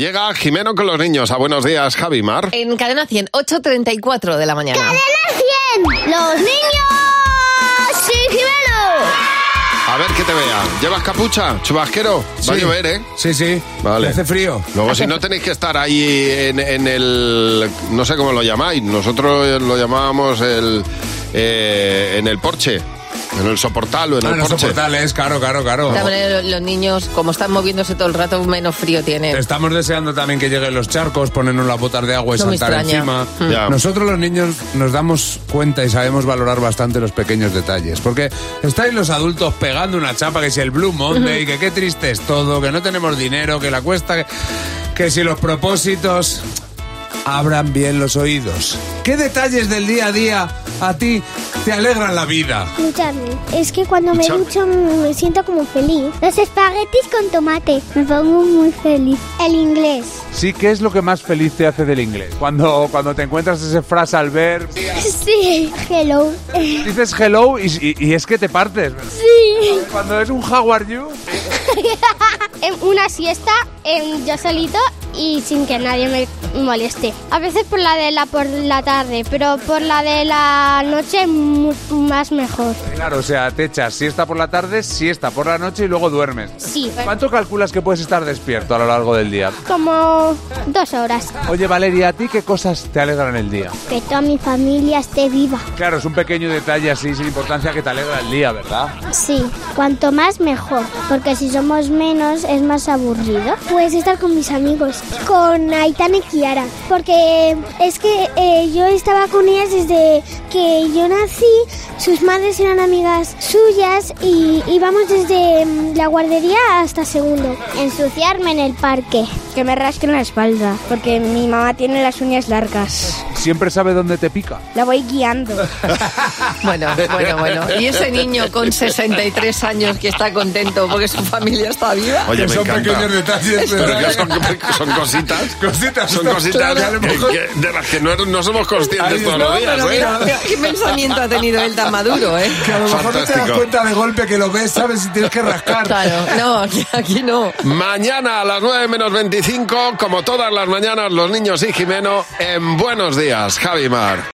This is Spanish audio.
Llega Jimeno con los niños. A buenos días, Javi Mar. En Cadena 100, 8.34 de la mañana. ¡Cadena 100! ¡Los niños! ¡Sí, A ver que te vea. ¿Llevas capucha? Chubasquero. Va a Sí. llover, ¿eh? Sí, sí. Vale. Hace frío. Luego, si no tenéis que estar ahí en, en el. No sé cómo lo llamáis. Nosotros lo llamábamos el. eh, en el porche. En el soportal o en Ah, el los porche. soportales, claro, claro, claro. De todas maneras, los niños, como están moviéndose todo el rato, menos frío tienen. Estamos deseando también que lleguen los charcos, ponernos las botas de agua y No me saltar extraña. encima. Mm. Ya. Nosotros los niños nos damos cuenta y sabemos valorar bastante los pequeños detalles. Porque estáis los adultos pegando una chapa que es el Blue Monday, que qué triste es todo, que no tenemos dinero, que la cuesta, que, que si los propósitos... Abran bien los oídos. ¿Qué detalles del día a día a ti te alegran la vida? Ducharme. Es que cuando me Ducharme. ducho me siento como feliz. Los espaguetis con tomate. Me pongo muy feliz. El inglés. Sí, ¿qué es lo que más feliz te hace del inglés? Cuando, cuando te encuentras esa frase al ver, Sí. Hello. dices hello y, y- y es que te partes. Sí. Cuando es un how are you, Una siesta em, yo solito y sin que nadie me moleste. A veces por la de la por la tarde, pero por la de la noche mu- más mejor. claro, o sea, te echas siesta por la tarde, siesta por la noche y luego duermes. Sí. ¿Cuánto calculas que puedes estar despierto a lo largo del día? Como dos horas. Oye, Valeria, ¿a ti qué cosas te alegran el día? Que toda mi familia esté viva. Claro, es un pequeño detalle así sin importancia que te alegra el día, ¿verdad? Sí, cuanto más mejor, porque si somos menos es más aburrido. Puedes estar con mis amigos, con Aitana y Kiara, porque es que eh, yo estaba con ellas desde que yo nací, sus madres eran amigas suyas y íbamos desde mm, la guardería hasta segundo. Ensuciarme en el parque. Que me rasquen la espalda, porque mi mamá tiene las uñas largas. Siempre sabe dónde te pica. La voy guiando. Bueno, bueno, bueno. Y ese niño con 63 años que está contento porque su familia está viva. Oye, Que me son encanta. pequeños detalles, Pero que ¿verdad? son, son cositas. Cositas, Son cositas claro, a lo que- mejor. que- de las que no, no somos conscientes Ahí, todos no, los días, Pero ¿eh? mira, mira, qué pensamiento ha tenido él tan maduro, ¿eh? Que a lo mejor no te das Fantástico. cuenta de golpe que lo ves, sabes, y tienes que rascar. Claro, no, aquí, aquí no. Mañana a las 9 menos 25, como todas las mañanas, los niños y Jimeno en Buenos Días, Javi Mar.